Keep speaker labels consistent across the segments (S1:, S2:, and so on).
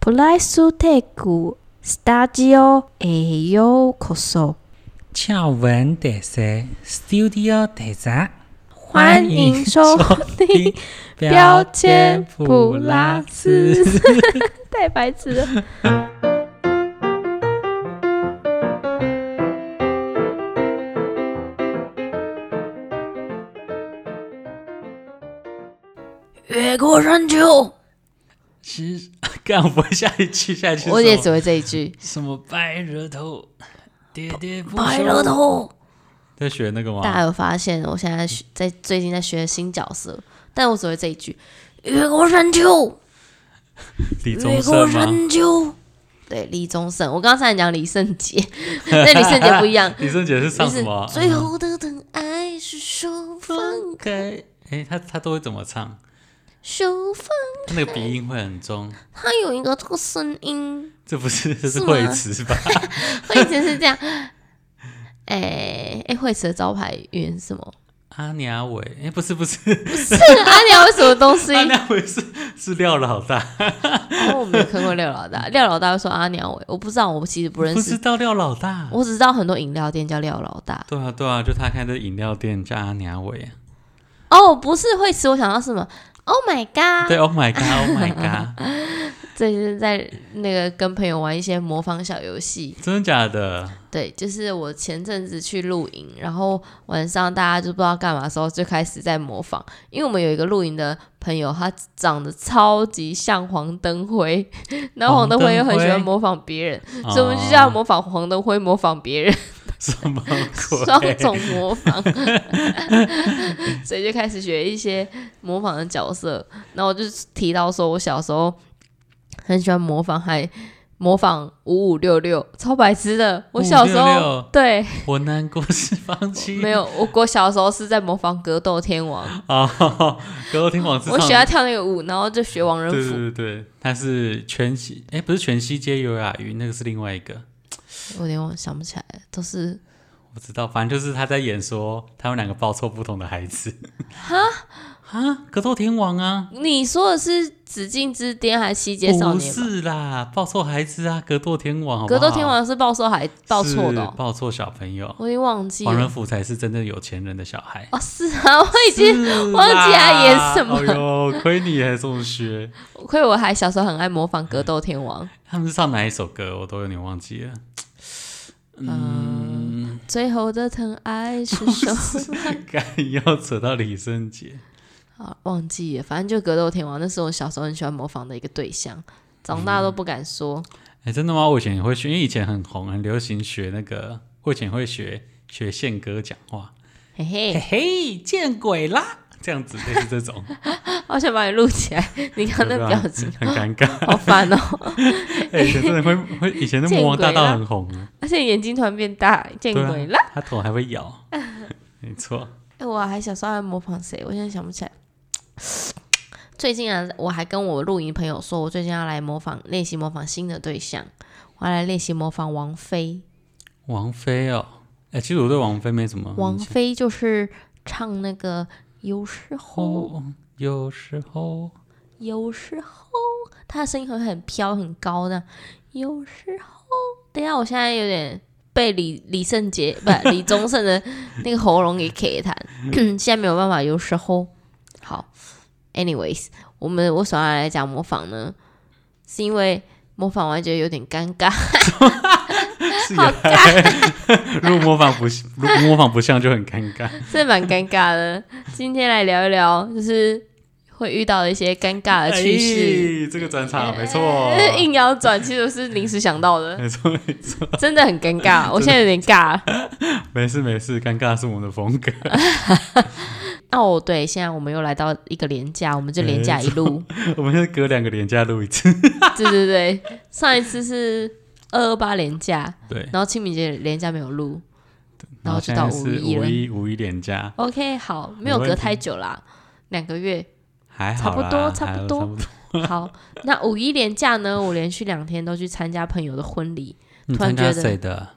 S1: プライステイクスタジオへようこそ。
S2: 俏文特色 Studio 特色，
S1: 欢迎收听标签普拉斯。 太白痴了。 越过山丘，
S2: 其实，干我不会下一句下去是什么。
S3: 我也只会这一句。
S2: 什么白额头，喋喋不
S1: 白
S2: 休
S1: 了。头。
S2: 在学那个吗？
S3: 大家有发现，我现在学在最近在学新角色，但我只会这一句。
S1: 越过山丘，
S2: 李宗
S1: 越过
S2: 盛吗？。
S1: 山丘，
S3: 对，李宗盛，我刚才才讲李圣杰， 那李圣杰不一样
S2: 李圣杰是
S3: 就
S2: 唱什
S3: 是
S2: 么？啊
S3: 最后的疼爱是手放
S2: 开。哎，他他都会怎么唱？
S3: 手放，
S2: 他那个鼻音会 很重，
S3: 它有一个这个声 音，
S2: 这不是这是
S3: 吗
S2: 惠词吧？
S3: 我一直是这样。哎哎，惠慈的招牌语言是什么？
S2: 阿尼阿伟，哎，不是不是，
S3: 阿鸟是什么东西？
S2: 阿尼阿伟是是廖老大，
S3: 哦我没有看过廖老 大，廖老大会说阿鸟尾，我不知道，我其实不认
S2: 不知
S3: 识，
S2: 道廖老大。
S3: 我只知道很多饮料店叫廖老大。
S2: 对啊对啊，就他开的饮料店叫阿尼阿伟啊。
S3: 哦，不是惠慈，我想到什么？Oh my god！
S2: 对，Oh my God，Oh my God，
S3: 这就是在那个跟朋友玩一些魔方小游戏。
S2: 真的假的？
S3: 对，就是我前阵子去露营，然后晚上大家就不知道干嘛的时候，就开始在模仿。因为我们有一个露营的朋友，他长得超级像黄登辉， 然后黄登辉又很喜欢模仿别人，所以我们就叫他
S2: 哦
S3: 模仿黄登辉，模仿别人，
S2: 什么鬼？
S3: 双重模仿。 所以就开始学一些模仿的角色。然后我就提到说，我小时候很喜欢模仿，还模仿五五六六，超白痴的。我小时候
S2: 5566
S3: 对
S2: 我难过是放弃，
S3: 没有，我我小时候是在模仿格斗天 王，
S2: 啊。歌厅往 是
S3: 我
S2: 唱
S3: 学他跳那个舞，然后就学王仁
S2: 对
S3: 甫。
S2: 对对对，他是全西，哎，不是全西街有雅鱼，那个是另外一个，
S3: 我有点忘想不起来了，都是
S2: 我知道，反正就是他在演说他们两个抱错不同的孩子。 哈啊，格斗天王啊，
S3: 你说的是《紫禁之巅》还是《西街少
S2: 不
S3: 年》吧？
S2: 是啦，抱错孩子啊，格斗天王好不
S3: 格
S2: 好，
S3: 斗天王是报错还报错的哦、
S2: 是抱错小朋友，
S3: 我已经忘记
S2: 黄仁
S3: 了。
S2: 甫才是真正有钱人的小孩。
S3: 哦，是啊，我已经
S2: 经
S3: 忘记他演什么
S2: 哎呦，亏你还这么学。
S3: 亏我还小时候很爱模仿格斗天王，
S2: 他们是唱哪一首歌？我都有点忘记了。嗯，
S3: 最后的疼爱是 手拉。
S2: 该要扯到李圣杰。
S3: 好，忘记了，反正就格斗天王，那是我小时候很喜欢模仿的一个对象，长大都不敢说。
S2: 哎、真的吗？我以前也会学，因为以前很红，很流行学那个。我以前会学学宪哥讲话，
S3: 嘿
S2: 嘿
S3: 嘿，
S2: 嘿，见鬼啦！这样子类似 这种，
S3: 好想把你录起来，你看 那
S2: 啊
S3: 表情
S2: 很尴尬。
S3: 好烦哦，
S2: 哎、以前真的会会，以前的魔王大道很红啊，
S3: 而且眼睛突然变大，见
S2: 对
S3: 鬼
S2: 啊
S3: 啦！，
S2: 他头还会 摇，没错。
S3: 哎、我还小时候还模仿谁？我现在想不起来。最近啊，我还跟我露营朋友说，我最近要来模仿练习模仿新的对象，我要来练习模仿王菲。
S2: 王菲哦，哎、其实我对王菲没什么印象。
S3: 王菲就是唱那个有时候，
S2: 哦，有时 候
S3: 有时候，她的声音会很飘很高的。有时候，等一下，我现在有点被李李圣杰不李宗盛的那个喉咙给 K 弹，现在没有办法。有时候，好，anyways，我们为什么要来讲模仿呢？是因为模仿完觉得有点尴尬，
S2: 是呀， 如果模仿不像，如果模仿不像就很尴尬。
S3: 真的蛮尴尬的。今天来聊一聊，就是会遇到的一些尴尬的趣事。
S2: 哎这个转场没错，
S3: 呃 硬要转，其实我是临时想到的，
S2: 没错，没错，
S3: 真的很尴尬，我现在有点尬。
S2: 没事没事，尴尬是我们的风格。
S3: 哦，对，现在我们又来到一个廉价，我们就廉价一路。
S2: 我们现在隔两个连假录一次，
S3: 对对对，上一次是二二八廉价，
S2: 对，
S3: 然后清明节廉价没有录。然
S2: 然后
S3: 后
S2: 现
S3: 就
S2: 在
S3: 到
S2: 是
S3: 五一
S2: 五
S3: 了
S2: 一五一连假，
S3: OK，好，没有
S2: 没问题
S3: 隔太久啦，两个月。
S2: 还好
S3: 差
S2: 啦
S3: 不多
S2: 还好
S3: 差不多
S2: 差不多。
S3: 好，那五一连假呢？我连续两天都去参加朋友的婚礼。
S2: 你
S3: 突然觉
S2: 参加
S3: 得啊
S2: 谁的？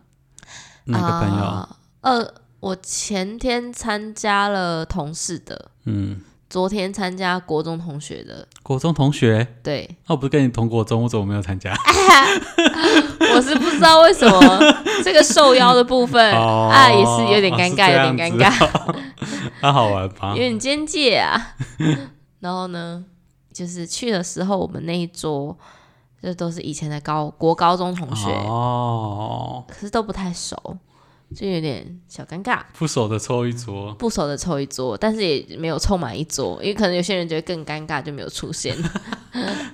S2: 哪个朋友？
S3: 啊？呃，我前天参加了同事的，
S2: 嗯，
S3: 昨天参加国中同学的，
S2: 国中同学，
S3: 对，
S2: 那、我不是跟你同国中，我怎么没有参加？
S3: 我是不知道为什么这个受邀的部分
S2: 哦
S3: 啊，也是有点
S2: 哦
S3: 尴
S2: 是
S3: 尬，
S2: 这
S3: 有点
S2: 样
S3: 尴
S2: 子
S3: 尬，
S2: 那好玩吧
S3: 有？点边界啊。 然后呢，就是去的时候，我们那一桌就都是以前的高国高中同学，
S2: 哦，
S3: 可是都不太熟，就有点小尴尬。
S2: 不熟的凑一桌，
S3: 不熟的凑一桌，但是也没有凑满一桌，因为可能有些人觉得更尴尬，就没有出现。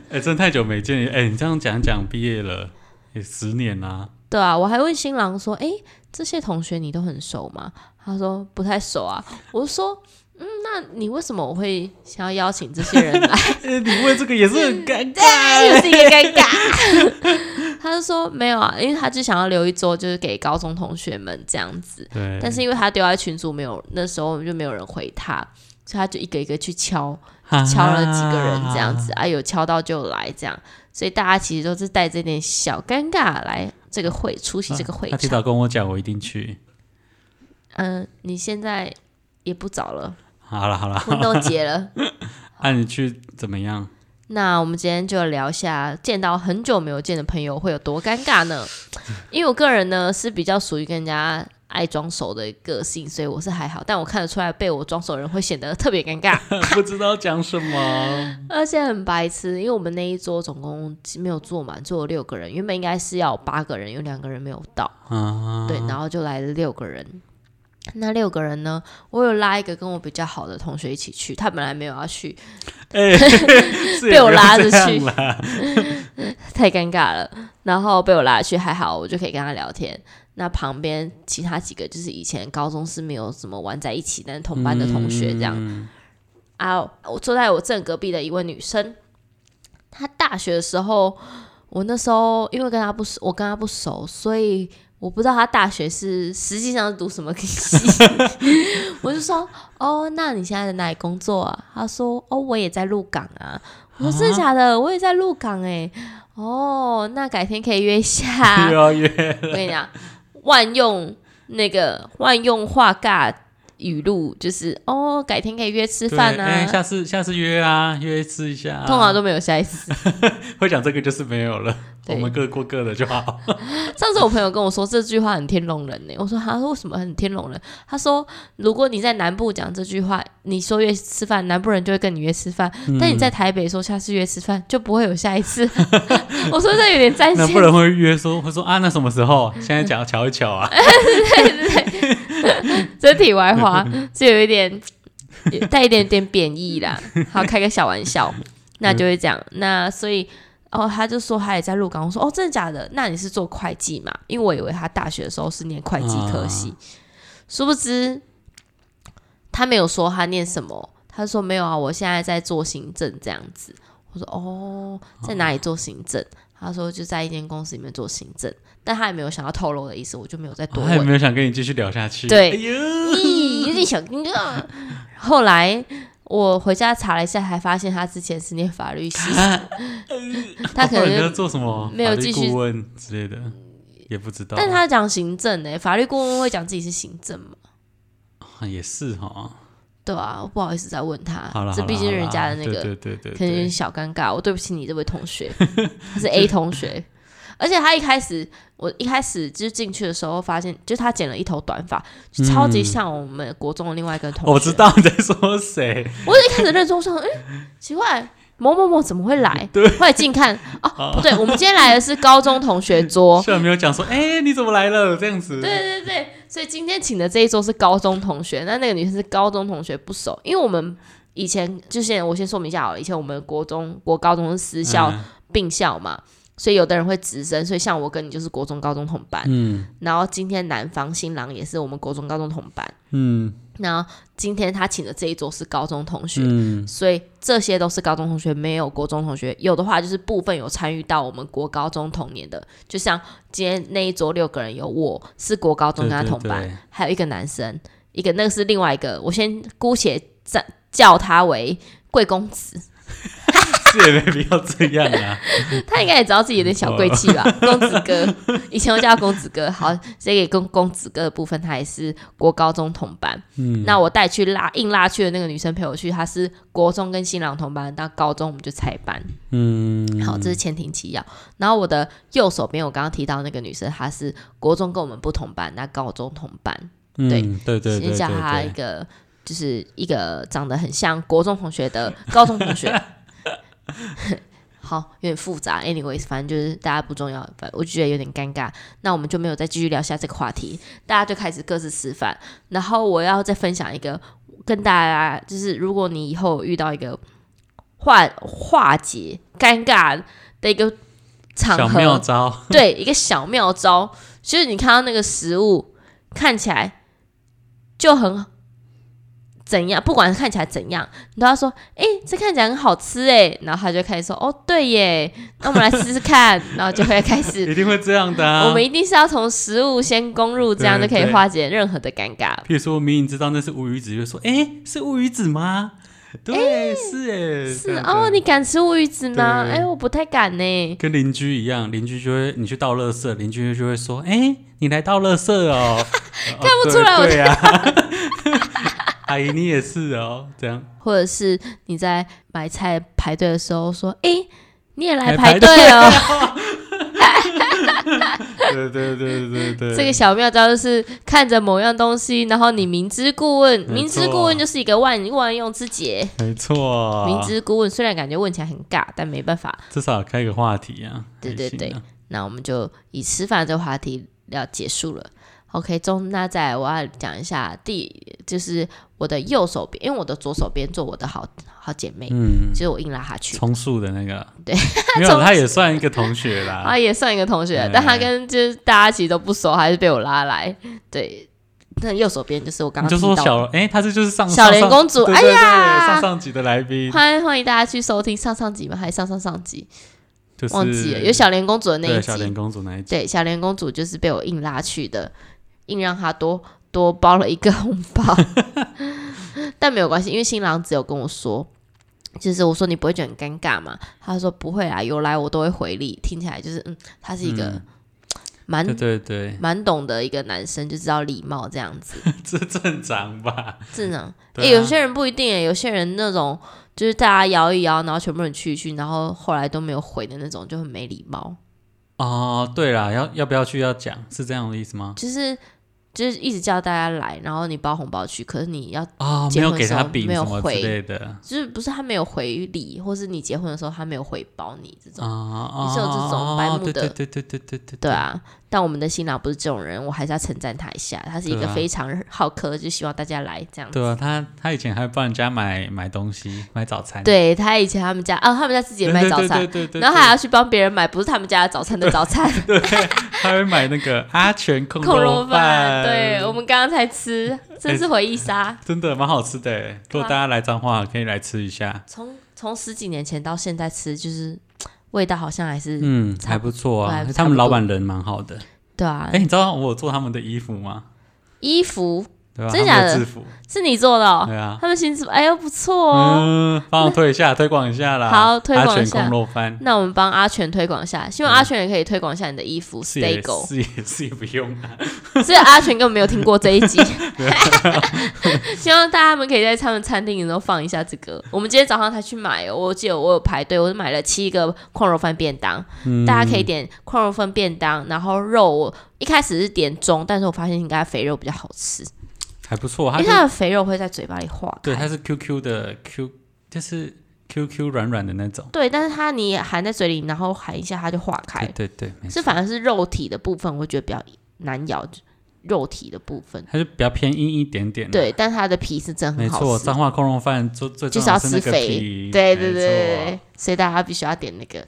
S2: 哎、真太久没见你，哎、你这样讲讲，毕业了也十年啦、
S3: 对啊，我还问新郎说：“哎、这些同学你都很熟吗？”他说：“不太熟啊。”我就说：“嗯，那你为什么我会想要邀请这些人来？”
S2: 哎你问这个也是很尴尬、
S3: 又是一个尴尬。 他就说：“没有啊，因为他就想要留一桌，就是给高中同学们这样子。
S2: 对，
S3: 但是因为他丢在群组，没有那时候就没有人回他，所以他就一个一个去敲，
S2: 啊
S3: 敲了几个人这样子啊，有敲到就来这样，所以大家其实都是带着点小尴尬来这个会出席这个会
S2: 他提
S3: 场。
S2: 早跟我讲，我一定去。
S3: 嗯，你现在也不早了，
S2: 好了好了，
S3: 婚都结了，
S2: 那、你去怎么样？
S3: 那我们今天就聊一下见到很久没有见的朋友会有多尴尬呢？因为我个人呢是比较属于跟人家。爱装熟的个性，所以我是还好，但我看得出来被我装熟的人会显得特别尴尬。
S2: 不知道讲什么，
S3: 而且很白痴，因为我们那一桌总共没有坐满，坐了六个人，原本应该是要有八个人，有两个人没有到，
S2: 啊，
S3: 对，然后就来了六个人。那六个人呢，我有拉一个跟我比较好的同学一起去，他本来没有要去，
S2: 哎、是也
S3: 被我
S2: 不用
S3: 拉着
S2: 这样
S3: 去
S2: 啦
S3: 太尴尬了。然后被我拉去，还好我就可以跟他聊天。那旁边其他几个就是以前高中是没有怎么玩在一起，但是同班的同学这样。
S2: 嗯。
S3: 啊，我坐在我正隔壁的一位女生，她大学的时候，我那时候因为跟她不熟，我跟她不熟，所以我不知道她大学是实际上是读什么系。 我就说，哦，那你现在在哪里工作啊？她说，哦，我也在鹿港啊。我说真的假的？我也在鹿港哎、哦，那改天可以约一下
S2: 又要 约
S3: 我跟你讲，万用那个万用话尬语录，就是哦，改天可以约吃饭
S2: 对哎
S3: 啊。
S2: 下次下次约啊，约一次一下啊、
S3: 通常都没有下一次。
S2: 会讲这个就是没有了，我
S3: 对
S2: 们各过各的就好。
S3: 上次我朋友跟我说这句话很天龙人呢、我说他为什么很天龙人？他说如果你在南部讲这句话，你说约吃饭，南部人就会跟你约吃饭；
S2: 嗯
S3: 但你在台北说下次约吃饭，就不会有下一次。 我说这有点占
S2: 那
S3: 线
S2: 不，然会约说，会说啊，那什么时候？
S3: 嗯
S2: 现在讲瞧一瞧啊，
S3: 哎 这题外话是有一点有带一点点贬义啦。好，开个小玩笑，那就会这样。那所以。哦，他就说他也在鹿港。我说哦，真的假的？那你是做会计嘛？因为我以为他大学的时候是念会计科系，殊不知他没有说他念什么，他说没有啊，我现在在做行政这样子。我说哦，在哪里做行政？他说就在一间公司里面做行政，但他也没有想要透露的意思，我就没有再多问
S2: 他啊有。没有想跟你继续聊下去？
S3: 对
S2: 哎呦，
S3: 咦，有点小尴尬。后来我回家查了一下，还发现他之前是念法律系， 他可
S2: 或哦者你要
S3: 能就，
S2: 做什么
S3: 没有
S2: 法律
S3: 继续
S2: 顾问之类的，也不知道。
S3: 但他讲行政呢、法律顾问会讲自己是行政嘛？
S2: 啊也是哈，
S3: 对啊，我不好意思再问他
S2: 好了，，
S3: 这
S2: 好啦
S3: 毕竟是人家的那
S2: 好啦
S3: 个，
S2: 对对对
S3: 可能有
S2: 对
S3: 点
S2: 对，
S3: 小尴尬。我对不起你这位同 学，他是 A 同学。而且他一开始，我一开始就是进去的时候，发现就是他剪了一头短发，就超级
S2: 嗯哦
S3: 像我们国中的另外一个同学。
S2: 我知道你在说谁，
S3: 我一开始认真想，哎、奇怪，某某某怎么会 来？后来近看，哦，不对，我们今天来的是高中同学 桌。
S2: 虽然没有讲说，哎，你怎么来了这样子，
S3: 哦对对对，所以今天请的这一桌是高中同学，那那个女生是高中同学不熟，因为我们以前就先我先说明一下好了，以前我们国中国高中是私校
S2: 嗯
S3: 并校嘛，所以有的人会直升，所以像我跟你就是国中高中同班，
S2: 嗯
S3: 然后今天男方新郎也是我们国中高中同班，
S2: 嗯
S3: 然后今天他请的这一桌是高中同学，
S2: 嗯，
S3: 所以这些都是高中同学，没有国中同学。有的话就是部分有参与到我们国高中同年的，就像今天那一桌六个人有我是国高中跟他同班，
S2: 对对对
S3: 还有一个男生，一个那个是另外一个，我先姑且暂叫他为贵公子。
S2: 是也没必要这样啊。
S3: 他应该也知道自己有点小贵气 吧？公子哥，以前我叫他公子哥。好，这个公公子哥的部分，他也是国高中同班。
S2: 嗯，
S3: 那我带去拉硬拉去的那个女生陪我去，她是国中跟新郎同班，到高中我们就拆班。
S2: 嗯，
S3: 好，这是前庭纪要。然后我的右手边，我刚刚提到那个女生，她是国中跟我们不同班，那高中同班，
S2: 嗯
S3: 对
S2: 对对对
S3: 先
S2: 对
S3: 叫她一
S2: 对，
S3: 个，就是一个长得很像国中同学的高中同学。 好，有点复杂。Anyways，反正就是大家不重要，反我就觉得有点尴尬。那我们就没有再继续聊下这个话题，大家就开始各自吃饭。然后我要再分享一个，跟大家就是，如果你以后遇到一个化化解尴尬的一个场
S2: 小
S3: 合，
S2: 妙 招，
S3: 对，一个小妙招，就是你看到那个食物看起来就很怎样，不管看起来怎样，你都要说，哎、这看起来很好吃哎，然后他就开始说，哦，对耶，那我们来试试看，然后就会开 始，
S2: 一定会这样的啊。
S3: 我们一定是要从食物先攻入，这样就
S2: 对
S3: 可以
S2: 对
S3: 化解任何的尴尬。
S2: 譬如说，明明知道那是乌鱼子，就说：“哎、是乌鱼子吗？”对，是哎，
S3: 是
S2: 这样子
S3: 哦，你敢吃乌鱼子吗？
S2: 对
S3: 哎、我不太敢呢。
S2: 跟邻居一样，邻居就会你去倒垃圾，邻居就会说：“哎、你来倒垃圾哦。” 看
S3: 不出来我
S2: 对呀、啊， 阿姨你也是哦，这样
S3: 或者是你在买菜排队的时候说，哎、你也来
S2: 来
S3: 排
S2: 排
S3: 队哦。
S2: 对对对对对，
S3: 这个小妙招就是看着某样东西，然后你明知故问，
S2: 错
S3: 明知故问就是一个万万用之解。
S2: 没错，
S3: 明知故问虽然感觉问起来很尬，但没办法。
S2: 至少开个话题啊，
S3: 对对对
S2: 还行啊
S3: 那我们就以吃饭这个话题要结束了。OK，中那再来我要讲一下第，就是我的右手边，因为我的左手边坐我的好好姐妹，
S2: 嗯，
S3: 就是我硬拉她去，
S2: 重塑的那个，
S3: 对，
S2: 没有，
S3: 重
S2: 他也算一个同学啦
S3: 啊，，也算一个同学
S2: 对，
S3: 但她跟就是大家其实都不熟，还是被我拉来。对，那右手边就是我刚
S2: 你
S3: 刚
S2: 就
S3: 提到
S2: 说
S3: 的
S2: 小，哎，他是就是上
S3: 小莲
S2: 上
S3: 公主
S2: 对
S3: 哎
S2: 对对
S3: 呀
S2: 上上集的来宾，
S3: 欢迎欢迎大家去收听上上集吗？还是上上上集？
S2: 就是
S3: 忘记了，有小莲公主的那一
S2: 对小莲
S3: 集。
S2: 公主那一集，
S3: 对，小莲公主就是被我硬拉去的，硬让她多多包了一个红包， 但没有关系，因为新郎只有跟我说，就是我说你不会觉得很尴尬嘛？他说不会啊，有来我都会回礼。听起来就是嗯，他是一个
S2: 嗯
S3: 蛮
S2: 对对对，
S3: 蛮懂的一个男生，就知道礼貌这样子。
S2: 这正常吧？
S3: 是呢，
S2: 对
S3: 诶，
S2: 啊
S3: 有些人不一定诶，有些人那种就是大家摇一摇，然后全部人去一去，然后后来都没有回的那种，就很没礼貌。
S2: 哦，对啦，要要不要去要讲，是这样的意思吗？
S3: 就是就是一直叫大家来，然后你包红包去，可是你要
S2: 啊、没
S3: 结
S2: 有
S3: 婚
S2: 给他
S3: 的时候
S2: 饼
S3: 没
S2: 什
S3: 有
S2: 么之
S3: 回
S2: 类的
S3: 就是不是他没有回礼，或是你结婚的时候他没有回包你这种，
S2: 啊啊！
S3: 是有这种白
S2: 哦
S3: 目
S2: 对
S3: 的
S2: 对对对对对对
S3: 对啊。但我们的新郎不是这种人，我还是要称赞他一下，他是一
S2: 对
S3: 个
S2: 啊
S3: 非常好客，就希望大家来这样子。
S2: 对啊，他他以前还帮人家买买东西，买早餐，
S3: 对他以前他们家啊，他们家自己
S2: 对，
S3: 也卖早餐，
S2: 对对对对对
S3: 然后还要去帮别人买，不是他们家的早餐的早餐。
S2: 对，他会买那个阿 全空
S3: 空
S2: 肉
S3: 肉
S2: 饭，
S3: 饭，对我们刚刚才 吃，真是回忆杀。
S2: 真的蛮好吃的。欸如果大家来彰化，可以来吃一下，
S3: 从从十几年前到现在吃，就是味道好像还是、
S2: 嗯，
S3: 差
S2: 还不错啊
S3: 还。
S2: 他
S3: 差
S2: 们
S3: 不
S2: 老
S3: 多
S2: 板人蛮好的。
S3: 对啊。
S2: 哎，你知道我有做他们的衣服吗？
S3: 衣服
S2: 对吧？
S3: 真
S2: 他们
S3: 假的
S2: 制服，
S3: 是你做的、哦，
S2: 对啊。
S3: 他们薪资哎呦不错哦。
S2: 嗯，帮我推一下，推广一下啦。
S3: 好推广
S2: 阿
S3: 一
S2: 全
S3: 下嗯
S2: 空肉饭，
S3: 那我们帮阿全推广一下，希望
S2: 嗯
S3: 阿全也可以推广一下你的衣服
S2: 是也
S3: Stay Go。
S2: 是也是也不用啊。
S3: 所以阿全根本没有听过这一集， 希望大家们可以在他们餐厅的时候放一下这个。我们今天早上才去买哦，我记得我有排队，我是买了七个矿肉饭便当，
S2: 嗯
S3: 大家可以点矿肉饭便当，然后肉我一开始是点中，但是我发现应该肥肉比较好吃，
S2: 还不错，
S3: 因为
S2: 它是
S3: 它的肥肉会在嘴巴里化
S2: 对，
S3: 开。
S2: 它是 QQ 的 Q，就是 QQ 软软的那种。
S3: 对，但是它你含在嘴里，然后含一下它就化开
S2: 对，对对，没错，
S3: 是反而是肉体的部分，我觉得比较难咬，肉体的部分。
S2: 它是比较偏硬一点点的。
S3: 对，但它的皮是真的
S2: 嗯没
S3: 很好
S2: 错，
S3: 吃。
S2: 彰化空肉饭最最
S3: 就
S2: 重
S3: 是要
S2: 啊要是
S3: 吃
S2: 那个
S3: 肥
S2: 皮，，
S3: 对对对对，
S2: 没
S3: 对所以大家必须要点那个。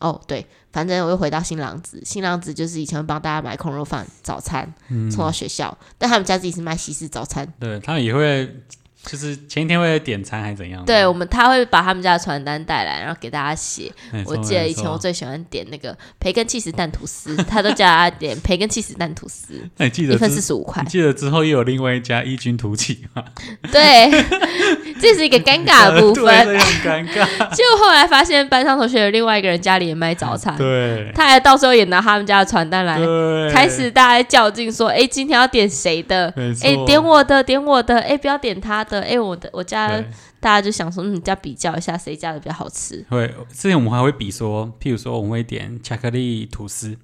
S3: 哦，对，反正我又回到新郎子，新郎子就是以前帮大家买空肉
S2: 嗯
S3: 饭早餐，送到学校，但他们家自己是卖西式早餐，
S2: 错，对，他也会就是前一天会点餐还是怎样？
S3: 对我们，他会把他们家的传单带来，然后给大家写。
S2: 没错，
S3: 我记得
S2: 没
S3: 以前
S2: 错
S3: 我最喜欢点那个培根起司蛋吐司，他都叫他点培根起司蛋吐司，
S2: 那你哎记
S3: 一
S2: 得
S3: 份
S2: 之
S3: 四十五块
S2: 你。记得之后又有另外一家异军突起吗？
S3: 对， 这是一个尴尬的部
S2: 对
S3: 分。
S2: 这很尴 尬。
S3: 结果后来发现班上同学有另外一个人家里也卖早餐，
S2: 对，
S3: 他还到时候也拿他们家的传单来，
S2: 对，
S3: 开始大家较劲说：“哎、今天要点谁的？
S2: 没错，
S3: 哎、点我的，点我的，哎、不要点他的，哎、我的，我家
S2: 对。
S3: 大家就想说，嗯，家比较一下谁家的比较好吃。
S2: 会，之前我们还会比说，譬如说我们会点巧克力吐司、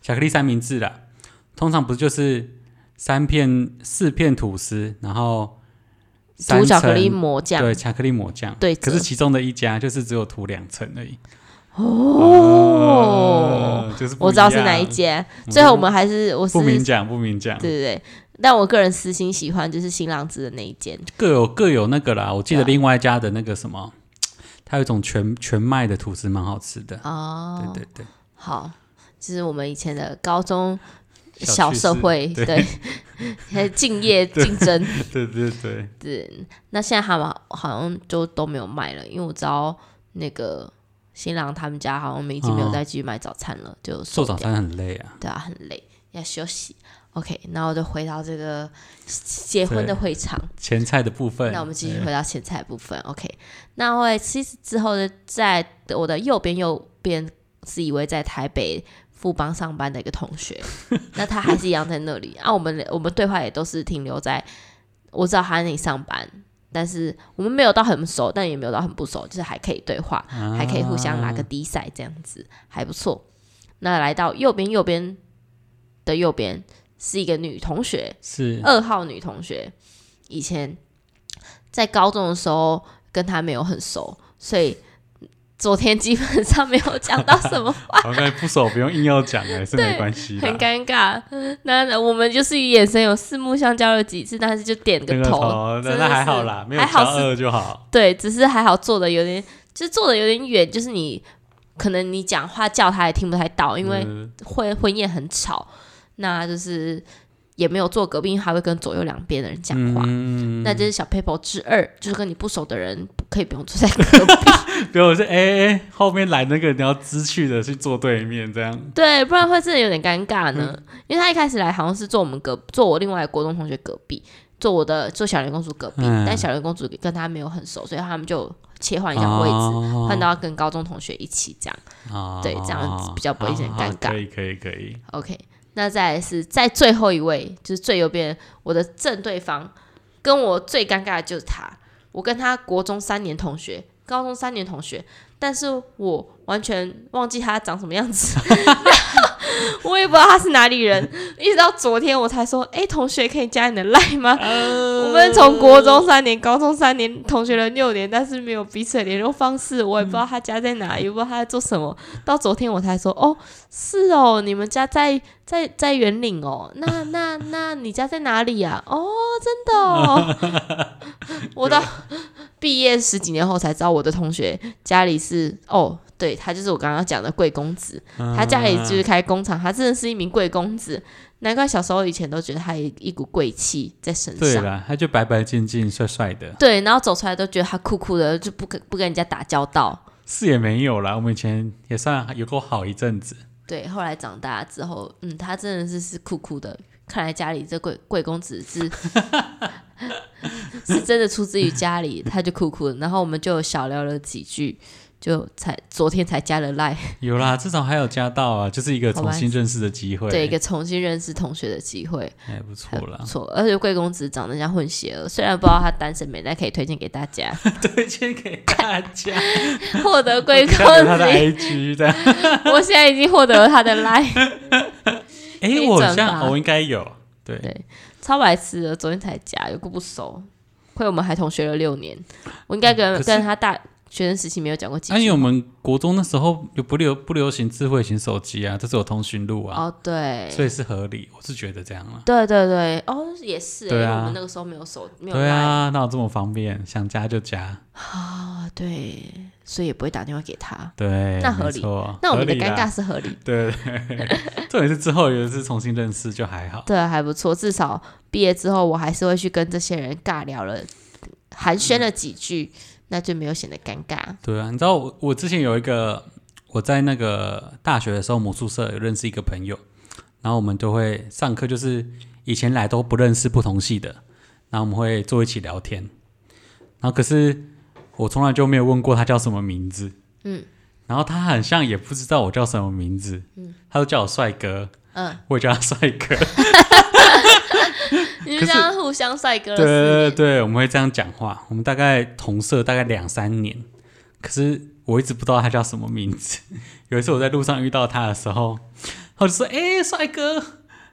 S2: 巧克力三明治啦，通常不就是三片、四片吐司，然后三
S3: 涂巧克力
S2: 层
S3: 抹酱，
S2: 对，巧克力抹酱。
S3: 对
S2: 可是
S3: 折
S2: 其中的一家就是只有涂两层而已。
S3: 哦
S2: 呃 就是不
S3: 我知道是
S2: 样
S3: 哪一，家。
S2: 嗯
S3: 最后我们还是我是
S2: 不
S3: 对
S2: 明讲，不明讲，
S3: 对对，但我个人私心喜欢就是新郎子的那一间，
S2: 各有各有那个啦。我记得
S3: 对啊
S2: 另外一家的那个什么，它有一种全全麦的吐司，蛮好吃的。
S3: 哦，
S2: 对对对，
S3: 好，就是我们以前的高中
S2: 小
S3: 小
S2: 趣事
S3: 社会，
S2: 对
S3: 对， 还有敬业竞争，
S2: 对 对对，
S3: 对。那现在他们好像就都没有卖了，因为我知道那个新郎他们家好像已经没有
S2: 哦
S3: 再继续卖早餐了，就
S2: 嗯做
S3: 收
S2: 早
S3: 掉。
S2: 餐很累啊。
S3: 对啊，很累，要休息。OK，那我就回到这个结婚
S2: 对
S3: 的会场。
S2: 前菜的部分，
S3: 那我们继续
S2: 对
S3: 回到前菜部分。OK，那我也其实之后呢，在我的右边右边是一位在台北富邦上班的一个同 学，那他还是一样在那里。啊，我们我们对话也都是停留在我知道他在那里上班，但是我们没有到很熟，但也没有到很不熟，就是还可以对话，
S2: 啊
S3: 还可以互相拿个低赛这样子，还不错。那来到右边右边的右边是一个女同学，
S2: 是
S3: 二号女同学，以前在高中的时候跟她没有很熟，所以昨天基本上没有讲到 什么话，
S2: 好像不熟，不用硬要讲哎，是没关系
S3: 很
S2: 的。
S3: 尴尬。那我们就是眼神有四目相交了几次，但是就点
S2: 那
S3: 个
S2: 个
S3: 头，
S2: 头，那
S3: 真
S2: 那
S3: 的
S2: 还好
S3: 是
S2: 啦，没有
S3: 还好
S2: 交
S3: 是
S2: 恶就好。
S3: 对，只是还好做的有点，就是做的有点远，就是你可能你讲话叫她也听不太到，因为
S2: 嗯
S3: 婚婚宴很吵，那就是也没有坐隔壁，因为还会跟左右两边的人讲话。
S2: 嗯
S3: 那这是小 paper 之二，就是跟你不熟的人不可以不用坐在隔 壁，
S2: 比如我是哎哎，后面来那个你要知趣的去坐对面这样。
S3: 对，不然会真的有点尴尬呢。
S2: 嗯
S3: 因为他一开始来好像是坐我们隔，坐我另外一个国中同学隔壁，坐我的坐小莲公主隔壁，
S2: 嗯
S3: 但小莲公主跟他没有很熟，所以他们就切换一下位置，换、
S2: 换
S3: 到跟高中同学一起这样。
S2: 哦
S3: 对这样子比较不会显得尴尬
S2: 可以可以可以，
S3: OK，那再来是在最后一位，就是最右边我的正对方，跟我最尴尬的就是他。我跟他国中三年同学，高中三年同学，但是我完全忘记他长什么样子， 我也不知道他是哪里人，一直到昨天我才说，哎、同学可以加你的赖吗？我们从国中三年、高中三年同学了六年，但是没有彼此的联络方式，我也不知道他家在哪，也不知道他在做什么。到昨天我才说，哦，是哦，你们家在在在园岭 哦，那那那你家在哪里呀、哦，真的哦，我到毕业十几年后才知道，我的同学家里是哦，对他就是我刚刚讲的贵公子，他家里就是开工厂，他真的是一名贵公子，难怪小时候以前都觉得他有一股贵气在身
S2: 对
S3: 上。
S2: 啦，他就白白净净、帅帅的，
S3: 对，然后走出来都觉得他酷酷的，就不跟不跟人家打交道。
S2: 是也没有啦。我们以前也算有过好一阵子，
S3: 对，后来长大之后，嗯，他真的是是酷酷的。看来家里这贵贵公子 是是真的出自于家里，他就酷酷的。然后我们就小聊了几句，就才昨天才加了 line，
S2: 有啦，至少还有加到啊，就是一个
S3: 好
S2: 重
S3: 吧
S2: 新认识的机会，
S3: 对一个重新认识同学的机会，
S2: 还不错
S3: 还不
S2: 啦。
S3: 错。而且贵公子长得像混血儿，虽然不知道他单身没，但可以推荐给大家
S2: 推荐给大 家，
S3: 获得贵公
S2: 看着他的
S3: 子。
S2: IG 这样。
S3: 我现在已经获得了他的 line，
S2: 哎、
S3: 以
S2: 我
S3: 转
S2: 好像
S3: 发
S2: 我应该有，对，
S3: 对超白痴的，昨天才加，有个不熟。亏我们还同学了六年，我应该
S2: 嗯可
S3: 跟
S2: 是啊
S3: 跟他大学生时期没有讲过几
S2: 那、因
S3: 句话。
S2: 为我们国中那时候就不流不流行智慧型手机啊，这是有通讯录啊，
S3: 哦，对，
S2: 所以是合理，我是觉得这样啊。
S3: 对对对，哦，也是欸，因
S2: 对
S3: 为
S2: 啊
S3: 我们那个时候没有手，没有
S2: 对
S3: line
S2: 啊，那我这么方便，想加就加，
S3: 啊，对，所以也不会打电话给他。
S2: 对，
S3: 那合理
S2: 没错
S3: 那我们的
S2: 合理
S3: 尴
S2: 啦
S3: 尬是合理的
S2: 对， 重点是之后有一次重新认识就还好。
S3: 对，还不错。至少毕业之后，我还是会去跟这些人尬聊了寒暄了几句，那就没有显得尴尬。
S2: 对啊，你知道我我之前有一个，我在那个大学的时候，魔术社有认识一个朋友，然后我们就会上课，就是以前来都不认识不同系的，然后我们会坐一起聊天，然后可是我从来就没有问过他叫什么名字，
S3: 嗯，
S2: 然后他很像也不知道我叫什么名字，
S3: 嗯，
S2: 他就叫我帅哥，
S3: 嗯，
S2: 我也叫他帅哥，
S3: 你
S2: 可
S3: 们
S2: 是
S3: 这样互相帅哥了
S2: 对
S3: 四
S2: 对
S3: 年，
S2: 对，我们会这样讲话。我们大概同社大概两三年，可是我一直不知道他叫什么名字。有一次我在路上遇到他的时候，他就说：“哎、帅哥。”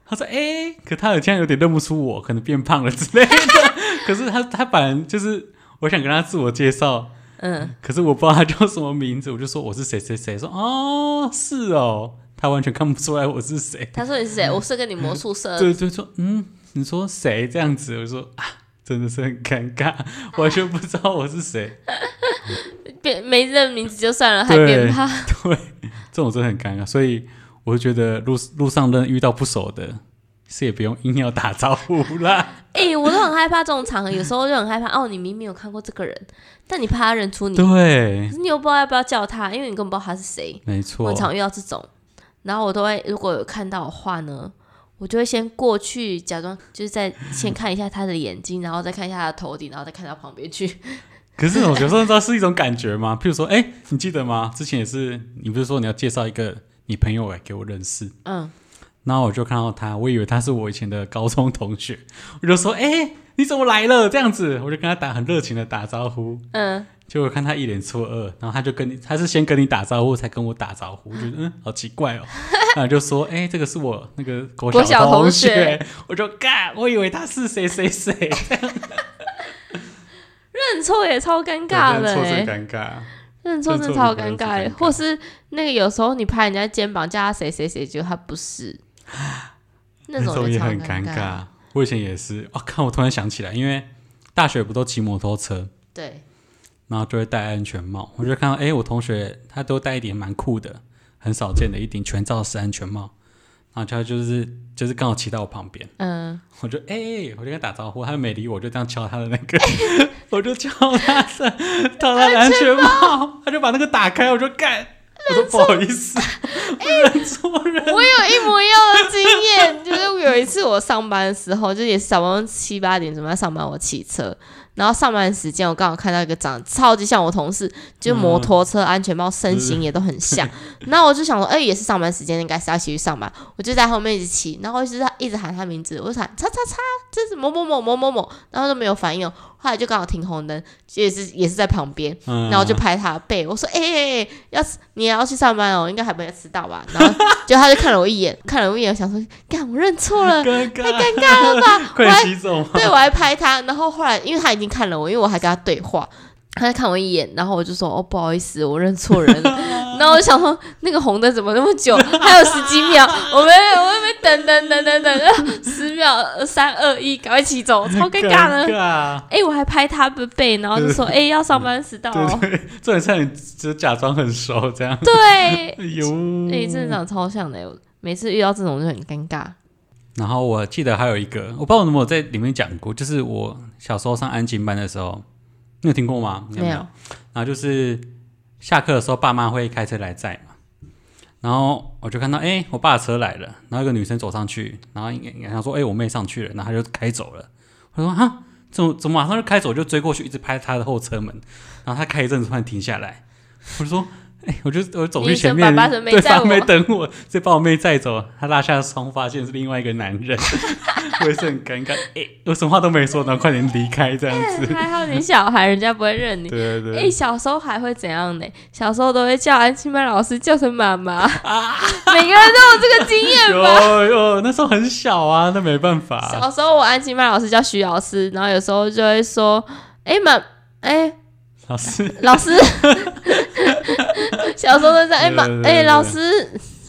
S2: 他说：“哎、可他好像有点认不出我，可能变胖了之类的。 可是他他本来就是我想跟他自我介绍，
S3: 嗯，
S2: 可是我不知道他叫什么名字，我就说我是谁谁谁，说哦是哦，他完全看不出来我是谁。
S3: 他说你是谁？我是跟你魔术社
S2: 对对，说嗯，你说谁这样子？我说啊，真的是很 尴尬，完全不知道我是谁。
S3: 变没认名字就算了，还
S2: 对
S3: 变 胖，
S2: 对，这种真的很尴尬，所以我就觉得路路上认遇到不熟的，是也不用硬要打招呼 啦。
S3: 哎、我都很害怕这种场合，有时候就很害怕。哦，你明明有看过这个人，但你怕他认出你，可
S2: 对，
S3: 是你又不知道要不要叫他，因为你根本不知道他是谁。
S2: 没
S3: 我
S2: 错
S3: 很，常遇到这种，然后我都会如果有看到的话呢，我就会先过去假装就是在先看一下他的眼睛，然后再看一下他的头顶，然后再看他旁边去。
S2: 可是我有时候你知道是一种感觉吗？譬如说，哎、你记得吗？之前也是，你不是说你要介绍一个你朋友来给我认识？
S3: 嗯，
S2: 然后我就看到他，我以为他是我以前的高中同学，我就说：“哎、你怎么来了？”这样子，我就跟他打很热情的打招呼。
S3: 嗯，
S2: 结果看他一脸错愕，然后他就跟你，他是先跟你打招呼，才跟我打招呼，我觉得嗯，好奇怪哦。 然后就说：“哎、这个是我那个国
S3: 国小
S2: 同
S3: 同 学
S2: 我就干，我以为他是谁谁谁，
S3: 哦 认错也超尴尬的、
S2: 错最
S3: 欸，
S2: 尴尬。
S3: 认错真的
S2: 认错
S3: 超
S2: 也
S3: 尴
S2: 不
S3: 尬的、
S2: 会是尴尬
S3: 或是那个有时候你拍人家肩膀叫他谁谁谁，结果他不 是，那种就
S2: 也
S3: 超
S2: 很尴
S3: 尬。。
S2: 我以前也是，哦，看我突然想起来，因为大学不都骑摩托车，
S3: 对，
S2: 然后就会戴安全帽。我就看到，哎、我同学他都戴一顶蛮酷的，很少见的一顶全罩式安全帽。然后他就是就是刚好骑到我旁边，
S3: 嗯，
S2: 我就哎、我就跟他打招呼，他没理我，我就这样敲他的那个， 我就敲他的敲他的安全帽，他就把那个打开，我就干，我说不好意思，我认错人。
S3: 我有一模一样的经验，就是有一次我上班的时候，就也是早上七八点准备要上班，我骑车，然后上班时间我刚好看到一个长得超级像我同事，就摩托车、安全帽、身形也都很像，然后我就想说，哎、也是上班时间，应该是要一起去上班，我就在后面一直骑，然后一直在一直喊他名字，我就喊叉叉叉，这是某某某某某某，然后都没有反应哦，后来就刚好停红灯，也是也是在旁边，
S2: 嗯
S3: 然后我就拍他的背，我说：“哎、欸欸，要是你也要去上班哦，应该还不会迟到吧？”然后就他就 看了我一眼，看了我一眼，我想说：“干，我认错 了，
S2: 尴
S3: 太
S2: 尬，！”
S3: 尴尬了吧我
S2: 快
S3: 还
S2: 骑走吗？
S3: 对我还拍他，然后后来因为他已经看了我，因为我还跟他对话，他在看我一眼，然后我就说：“哦，不好意思，我认错人 了。”然后我想说，那个红灯怎么那么久？还有十几秒，我们我们等等等等等，等十秒，呃三二一，赶快骑走，超尴尬的。
S2: 尬
S3: 哎、我还拍他的背，然后就 说：“哎、要上班迟到、哦。”
S2: 对对，重点是你只假装很熟这样。
S3: 对，
S2: 哎呦，
S3: 哎、真的长得超像的欸，我每次遇到这种就很尴尬。
S2: 然后我记得还有一个，我不知道我有没有在里面讲过，就是我小时候上安静班的时候，你有听过吗？你
S3: 没
S2: 有
S3: 有。
S2: 然后就是下课的时候，爸妈会开车来载嘛。然后我就看到，哎、我爸的车来了，然后一个女生走上去，然后应该想说，哎、我妹上去了，然后她就开走了。我说，哈，怎么怎么马上就开走？我就追过去，一直拍她的后车门。然后她开一阵子，突然停下来。我就说，哎、我就我就走去
S3: 你
S2: 前
S3: 怎
S2: 面，
S3: 么爸爸怎么没
S2: 对
S3: 载
S2: 方
S3: 我
S2: 没等我，再把我妹载走。她拉下窗，发现是另外一个男 人，我也是很尴尬。哎、我什么话都没说，然后快点离开这样 子。
S3: 还好你小孩，人家不会认你。
S2: 对对对。
S3: 哎、小时候还会怎样呢？小时候都会叫安亲班老师叫成妈妈，每个人都有这个经验吧。
S2: 啊有啊有，那时候很小啊，那没办法、
S3: 小时候我安亲班老师叫徐老师，然后有时候就会说：“哎、妈，哎、
S2: 老师，
S3: 老 师。”小时候都在哎妈
S2: 对对对
S3: 哎
S2: 对
S3: 老师，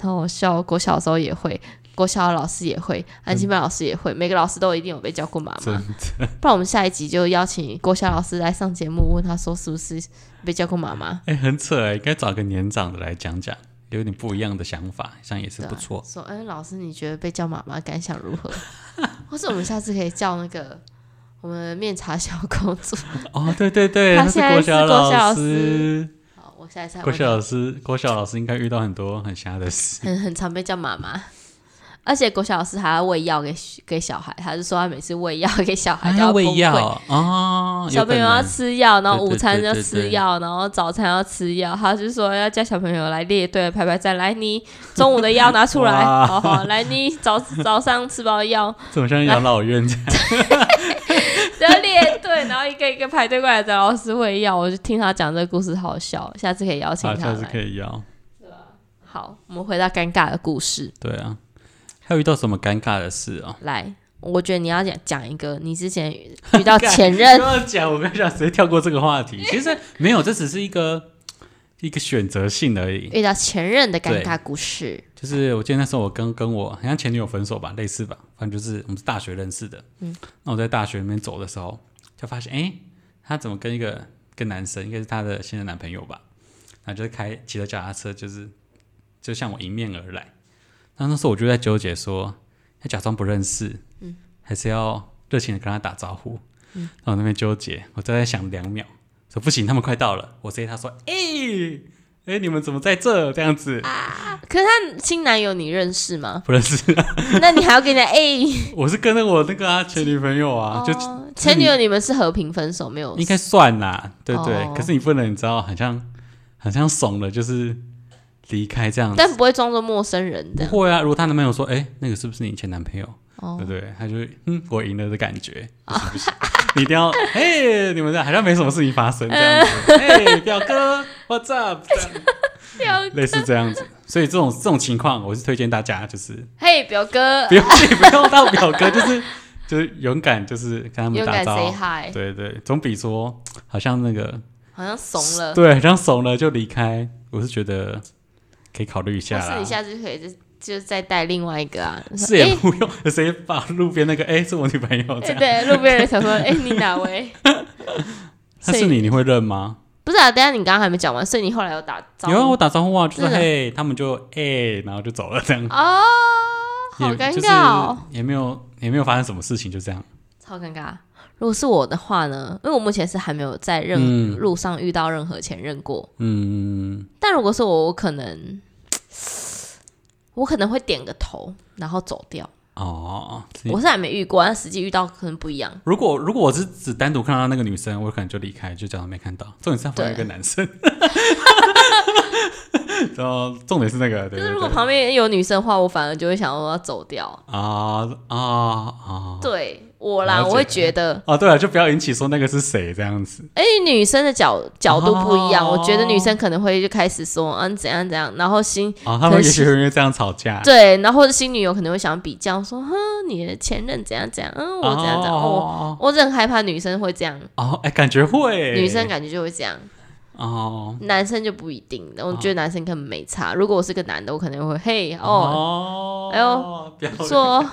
S3: 超好笑。国小的时候也会，国小的老师也会，安亲班老师也会，每个老师都一定有被叫过妈妈
S2: 真。的，
S3: 不然我们下一集就邀请郭晓老师来上节目，问他说是不是被叫过妈妈？
S2: 哎、很扯哎、应该找个年长的来讲讲，有点不一样的想法，好像也是
S3: 对啊
S2: 不错。
S3: 说， 哎、老师，你觉得被叫妈妈感想如何？或是我们下次可以叫那个我我们面茶小公主。
S2: 哦，对对对，
S3: 他
S2: 那是
S3: 现在
S2: 国
S3: 是
S2: 小
S3: 国小
S2: 老
S3: 老
S2: 师，
S3: 好，我下一次还
S2: 国
S3: 会
S2: 小老师，国小老师应该遇到很多很瞎的 事。
S3: 很很常被叫妈妈，而且国小老师还要喂药给给小孩，他就说他每次喂药给小孩
S2: 还
S3: 都
S2: 要
S3: 要
S2: 啊喂
S3: 崩溃
S2: 药哦，
S3: 小朋友要
S2: 有可能
S3: 吃药，然后
S2: 对对
S3: 午餐
S2: 对
S3: 要
S2: 对
S3: 吃
S2: 对
S3: 药，然后早餐要吃药。他就说要叫小朋友来列队排排站，来你中午的药拿出来，
S2: 哇
S3: 好好来你早早上吃饱药，
S2: 怎么像养老院这样？
S3: 要列队，然后一个一个排队过来找老师喂药。我就听他讲这个故事好笑，下次可以邀 请
S2: 啊，
S3: 他
S2: 下次可
S3: 来。
S2: 以要。
S3: 好，我们回到尴尬的故事
S2: 对啊，还有遇到什么尴尬的事啊？
S3: 来。我觉得你要讲讲一个你之前遇 到前任
S2: 不，要讲，我跟你讲，直接跳过这个话题。其实没有，这只是一个一个选择性而已。
S3: 遇到前任的尴
S2: 对
S3: 尬故事。
S2: 就是我记得那时候我跟跟我好像前女友分手吧，类似吧，反正就是我们是大学认识的。嗯，那我在大学里面走的时候，就发现哎、诶她怎么跟一个跟男生，应该是她的现任男朋友吧，然后就是开骑着脚踏车，就是就向我迎面而来。那那时候我就在纠结说，要假装不认识，嗯，还是要热情的跟他打招呼。嗯，那我那边纠结，我大概想两秒，说不行，他们快到了，我直接他说，哎、哎、你们怎么在这？这样子、
S3: 可是他新男友你认识吗？
S2: 不认识。
S3: 那你还要跟人家哎？
S2: 我是跟着我那个啊前女朋友啊，就
S3: 哦前女友你们是和平分手没有？
S2: 应该算啦，对对。
S3: 哦
S2: 可是你不能，你知道，好像好像怂了，就是离开这样子。
S3: 但不会装作陌生人
S2: 不
S3: 的
S2: 会啊，如果她男朋友说，哎、那个是不是你前男朋友？
S3: 哦
S2: 对。不对？她就会嗯，我赢了的感觉，不行不行， 你一定要，哎、你们这样好像没什么事情发生这样子，
S3: 嗯
S2: 哎、表哥，what's up？这样
S3: 表
S2: 类似这样子。所以这种这种情况，我是推荐大家就是
S3: 嘿，表哥
S2: 不，用 不用到表哥，就是就是勇敢，就是跟他们
S3: 勇
S2: 打
S3: 敢
S2: 招
S3: say
S2: 呼。
S3: hi，
S2: 对对，总比说好像那个
S3: 好像怂了。
S2: 对，好像怂了就离开，我是觉得可以考虑一下
S3: 或是
S2: 啦
S3: 你。下次可以就就再带另外一个啊。你说
S2: 是也
S3: 哎
S2: 不用，谁把路边那个哎、是我女朋 友这
S3: 哎
S2: 样？
S3: 对，路边人想说，哎，你哪 位？
S2: 她
S3: 所以
S2: 是你，你会认吗？
S3: 不是啊，等一下你刚刚还没讲完，所以你后来有打招
S2: 有啊，我
S3: 呼
S2: 打招呼啊，就是
S3: 真的
S2: 嘿，他们就哎、然后就走了这样，
S3: 哦，好
S2: 啊也
S3: 尴
S2: 就是
S3: 尬哦。
S2: 也没有也没有发生什么事情，就这样。
S3: 超尴尬。如果是我的话呢，因为我目前是还没有在任、
S2: 嗯
S3: 路上遇到任何前任过，
S2: 嗯，
S3: 但如果是我，我可能我可能会点个头，然后走掉。
S2: 哦，是
S3: 我是还没遇过，但实际遇到可能不一样。
S2: 如果如果我是只单独看到那个女生，我可能就离开，就假装没看到。重点是她旁边有一个男生，然后重点是那个，
S3: 就
S2: 对对
S3: 是
S2: 对。
S3: 如果旁边有女生的话，我反而就会想我要走掉。
S2: 啊啊啊！
S3: 对我啦，
S2: 了解
S3: 我会觉得，
S2: 啊，对了，就不要引起说那个是谁这样子。
S3: 哎、女生的角角度不一样，
S2: 哦
S3: 我觉得女生可能会就开始说，嗯、怎样怎样，然后新
S2: 啊，他们
S3: 可
S2: 也
S3: 是
S2: 许会因为这样吵架。
S3: 对，然后或者新女友可能会想比较，说，哼，你的前任怎样怎样，嗯，我怎样怎样，哦，
S2: 哦
S3: 我真的很害怕女生会这样，
S2: 哦，哎，感觉会
S3: 女生感觉就会这样，
S2: 哦
S3: 男生就不一定。我觉得男生根本没差。如果我是个男的，我可能会嘿哦，
S2: 哦
S3: 哎呦，
S2: 不要
S3: 不错 哦，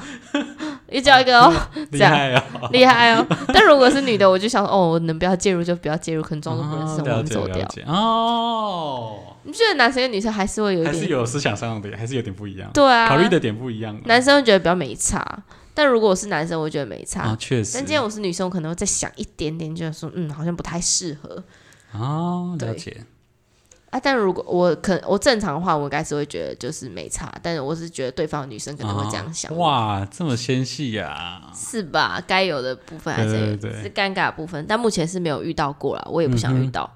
S3: 又叫一个哦，这
S2: 厉
S3: 样
S2: 害哦，
S3: 厉害哦。但如果是女的，我就想哦，我能不要介入就不要介入，可能装作不认识，
S2: 啊
S3: 我
S2: 了
S3: 们
S2: 解
S3: 走
S2: 了
S3: 掉。
S2: 解哦，
S3: 你觉得男生跟女生还是会有一
S2: 还是
S3: 点
S2: 有思想上的，还是有点不一样，
S3: 对啊
S2: 考，虑的点不一样
S3: 男生会觉得比较没差，但如果我是男生，我会觉得没
S2: 啊，
S3: 差。
S2: 确实。
S3: 但今天我是女生，我可能会再想一点点，就是说，嗯，好像不太适合
S2: 哦，了
S3: 对
S2: 解。
S3: 啊。但如果我可我正常的话，我应该是会觉得就是没差，但是我是觉得对方的女生可能会这样想。
S2: 啊哇，这么纤细呀！
S3: 是吧？该有的部分还是有，
S2: 对对对嗯
S3: 是尴尬的部分，但目前是没有遇到过啦，我也不想遇到，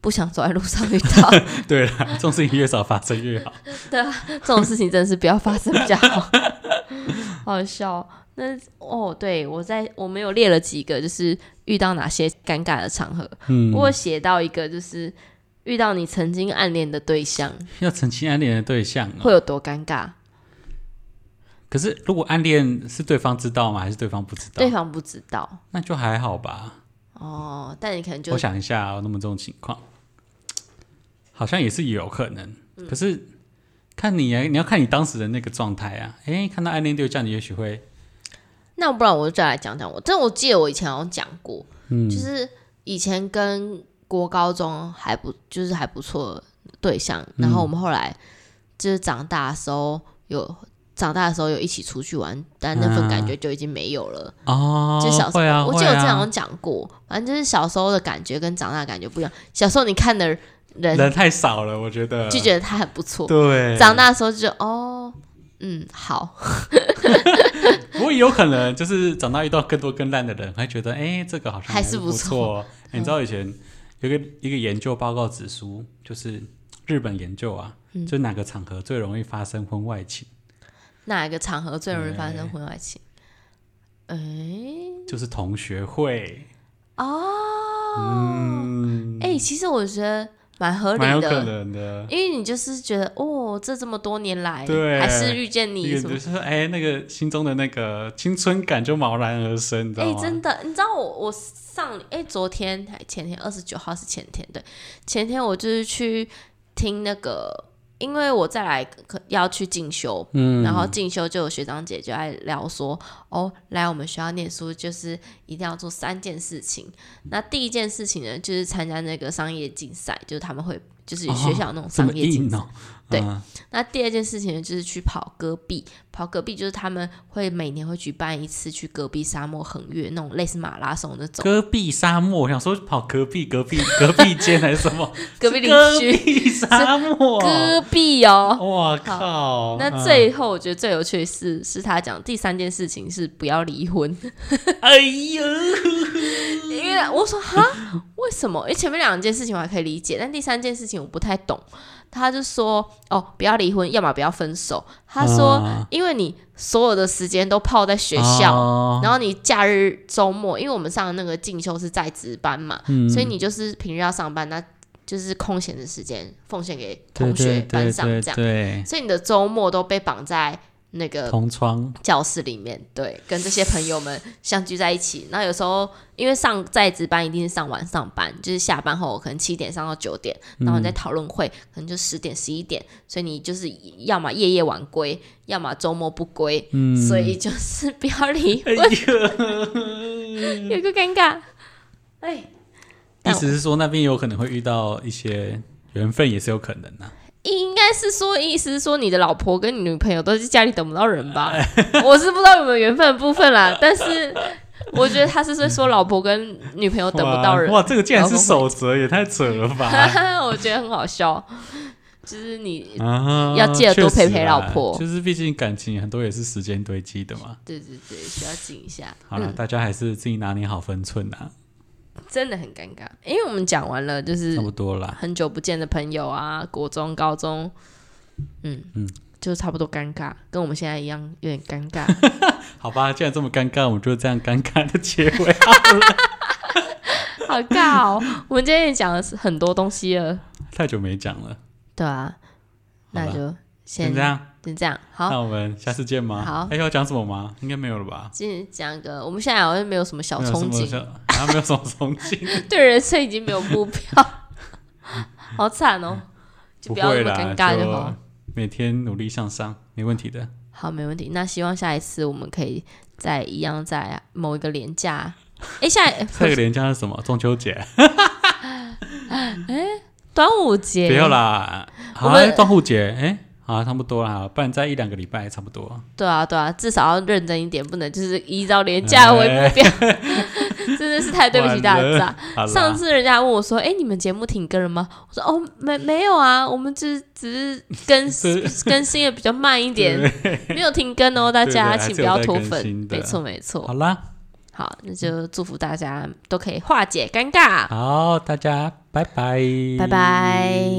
S3: 不想走在路上遇到
S2: 对了，这种事情越少发生越好。
S3: 这种事情，真的是不要发生比较好。好笑哦，那哦，对我在我们有列了几个，就是遇到哪些尴尬的场合，
S2: 嗯，
S3: 我有写到一个就是。遇到你曾经暗恋的对象
S2: 要澄清暗恋的对象哦
S3: 会有多尴尬？
S2: 可是如果暗恋是对方知道吗？还是对方不知道
S3: 对？方不知道
S2: 那就还好吧。
S3: 哦，但你可能就
S2: 我想一下、哦，那么这种情况，好像也是有可能。可是看你啊，你要看你当时的那个状态啊。诶，看到暗恋对象，你也许会
S3: 那不然我就再来讲讲我，但我记得我以前好像讲过，
S2: 嗯
S3: 就是以前跟国高中还不就是
S2: 嗯
S3: 还不错的对象，然后我们后来就是长大的时候有长大的时候有一起出去玩，但那份感觉就已经没有了。
S2: 哦，
S3: 就小时候，
S2: 啊会啊，
S3: 我记
S2: 会
S3: 得我之前好
S2: 啊
S3: 像讲过，反正就是小时候的感觉跟长大的感觉不一样。小时候你看的人
S2: 人太少了，我觉得
S3: 就觉得他很不错，
S2: 对，
S3: 长大的时候就觉得哦，嗯，好，
S2: 不过也有可能就是长大遇到更多更烂的人，还觉得哎、这个好像
S3: 还是
S2: 是
S3: 不
S2: 错。哎你知道以前有一个一个研究报告指出，就是日本研究啊，就哪个场合最容易发生婚外情，
S3: 哪个场合最容易发生婚外情？哎、
S2: 就是同学会。
S3: 哦，
S2: 嗯，
S3: 哎、其实我觉得蛮合
S2: 蛮有
S3: 理
S2: 可
S3: 的，
S2: 能的。
S3: 因为你就是觉得哦，这这么多年来，
S2: 对
S3: 还是遇见
S2: 那
S3: 你
S2: 个
S3: 什
S2: 就
S3: 么。
S2: 是哎、那个心中的那个青春感就茫然而生，你知道啊
S3: 哎、
S2: 吗？
S3: 真的，你知道我我上哎、昨天还前天二十九号是前天对，前天我就是去听那个，因为我再来可要去进修，
S2: 嗯，
S3: 然后进修就有学长姐就在聊说，哦，来我们学校念书就是一定要做三件事情。那第一件事情呢，就是参加那个商业竞赛，就是他们会就是学校有那种
S2: 哦这么
S3: 商业竞
S2: 硬
S3: 赛。
S2: 哦、
S3: 对
S2: 嗯
S3: 那第二件事情呢，就是去跑戈壁，跑戈壁就是他们会每年会举办一次去戈壁沙漠横越那种类似马拉松那种。
S2: 戈壁沙漠，我想说跑隔壁隔壁隔壁 间还是 什么？
S3: 隔壁邻
S2: 戈
S3: 居
S2: 壁沙漠，
S3: 戈壁哦。
S2: 哇靠！
S3: 那最后我觉得最有趣的是，是他讲第三件事情是不要离婚，
S2: 嗯哎呦，
S3: 因为我说哈，为什么？因为前面两件事情我还可以理解，但第三件事情我不太懂。他就说哦，不要离婚，要么不要分手。他说，
S2: 啊
S3: 因为你所有的时间都泡在学校，
S2: 哦
S3: 然后你假日、周末，因为我们上那个进修是在值班嘛，
S2: 嗯
S3: 所以你就是平日要上班，那就是空闲的时间奉献给
S2: 对
S3: 同学、
S2: 对
S3: 班
S2: 对
S3: 上
S2: 对
S3: 这样。
S2: 对，
S3: 所以你的周末都被绑在那个
S2: 同窗
S3: 教室里面，对，跟这些朋友们相聚在一起。然后有时候因为上在值班，一定是上晚上班，就是下班后可能七点上到九点，然后你在讨论会，可能就十点十一点，所以你就是要么夜夜晚归，要么周末不归，
S2: 嗯
S3: 所以就是不要离
S2: 哎
S3: 婚，
S2: 呦，
S3: 有个尴尬。哎，
S2: 意思是说那边有可能会遇到一些缘分，也是有可能啊的。
S3: 应该是说，意思是说，你的老婆跟你女朋友都是家里等不到人吧？
S2: 哎
S3: 我是不知道有没有缘分的部分啦，但是我觉得他是说说老婆跟女朋友等不到人，
S2: 哇，哇这个竟然是守则，也太扯了 吧！
S3: 我觉得很好笑。就是你，
S2: 啊，
S3: 要记得多陪陪
S2: 确实啊
S3: 老婆
S2: 就是毕竟感情很多也是时间堆积的嘛。
S3: 对对对，需要静一下，
S2: 好了，大家还是自己拿捏好分寸啊，
S3: 真的很尴尬，因为我们讲完了，就是
S2: 差不多啦。
S3: 很久不见的朋友啊，国中、高中，嗯嗯，就差不多尴尬，跟我们现在一样，有点尴尬。
S2: 好吧，既然这么尴尬，我们就这样尴尬的结尾。
S3: 好尬哦！我们今天也讲了很多东西了，
S2: 太久没讲了，
S3: 对啊，
S2: 好吧
S3: 那就先
S2: 先这，样。
S3: 先这样。好，
S2: 那我们下次见吗？
S3: 好
S2: 哎，要讲什么吗？应该没有了吧？
S3: 今天讲个，我们现在好像没有什么小
S2: 没有
S3: 憧
S2: 什么
S3: 憬，
S2: 想， 啊，没有什么憧 憬。
S3: 对人生已经没有目标，好惨 哦！ 就
S2: 不
S3: 不要那
S2: 会
S3: 么
S2: 啦，
S3: 尴尬就好
S2: 就。每天努力向上，没问题的。
S3: 好，没问题。那希望下一次我们可以再一样，在某一个廉 价，哎，下一
S2: 下个连假是什么？中秋节？
S3: 端午节，
S2: 不要，啦，好
S3: 我
S2: 啊，
S3: 们
S2: 端午节，哎，好啊，差不多啦，不然再一两个礼拜差不多。
S3: 对啊，对啊，至少要认真一点，不能就是依照廉
S2: 哎
S3: 价为目 标，真的是太对不起大家。
S2: 好啦
S3: 上次人家问我说：“哎、你们节目停更了吗？”我说：“哦，没没有啊，我们只只是 更 更新的比较慢一点，没有停更哦，大家
S2: 对对
S3: 请不要
S2: 还是有
S3: 脱
S2: 在更
S3: 粉
S2: 新。”的
S3: 没错没
S2: 好
S3: 错，
S2: 啦，
S3: 好，那就祝福大家都可以化解尴尬，
S2: 好，大家拜拜，
S3: 拜拜。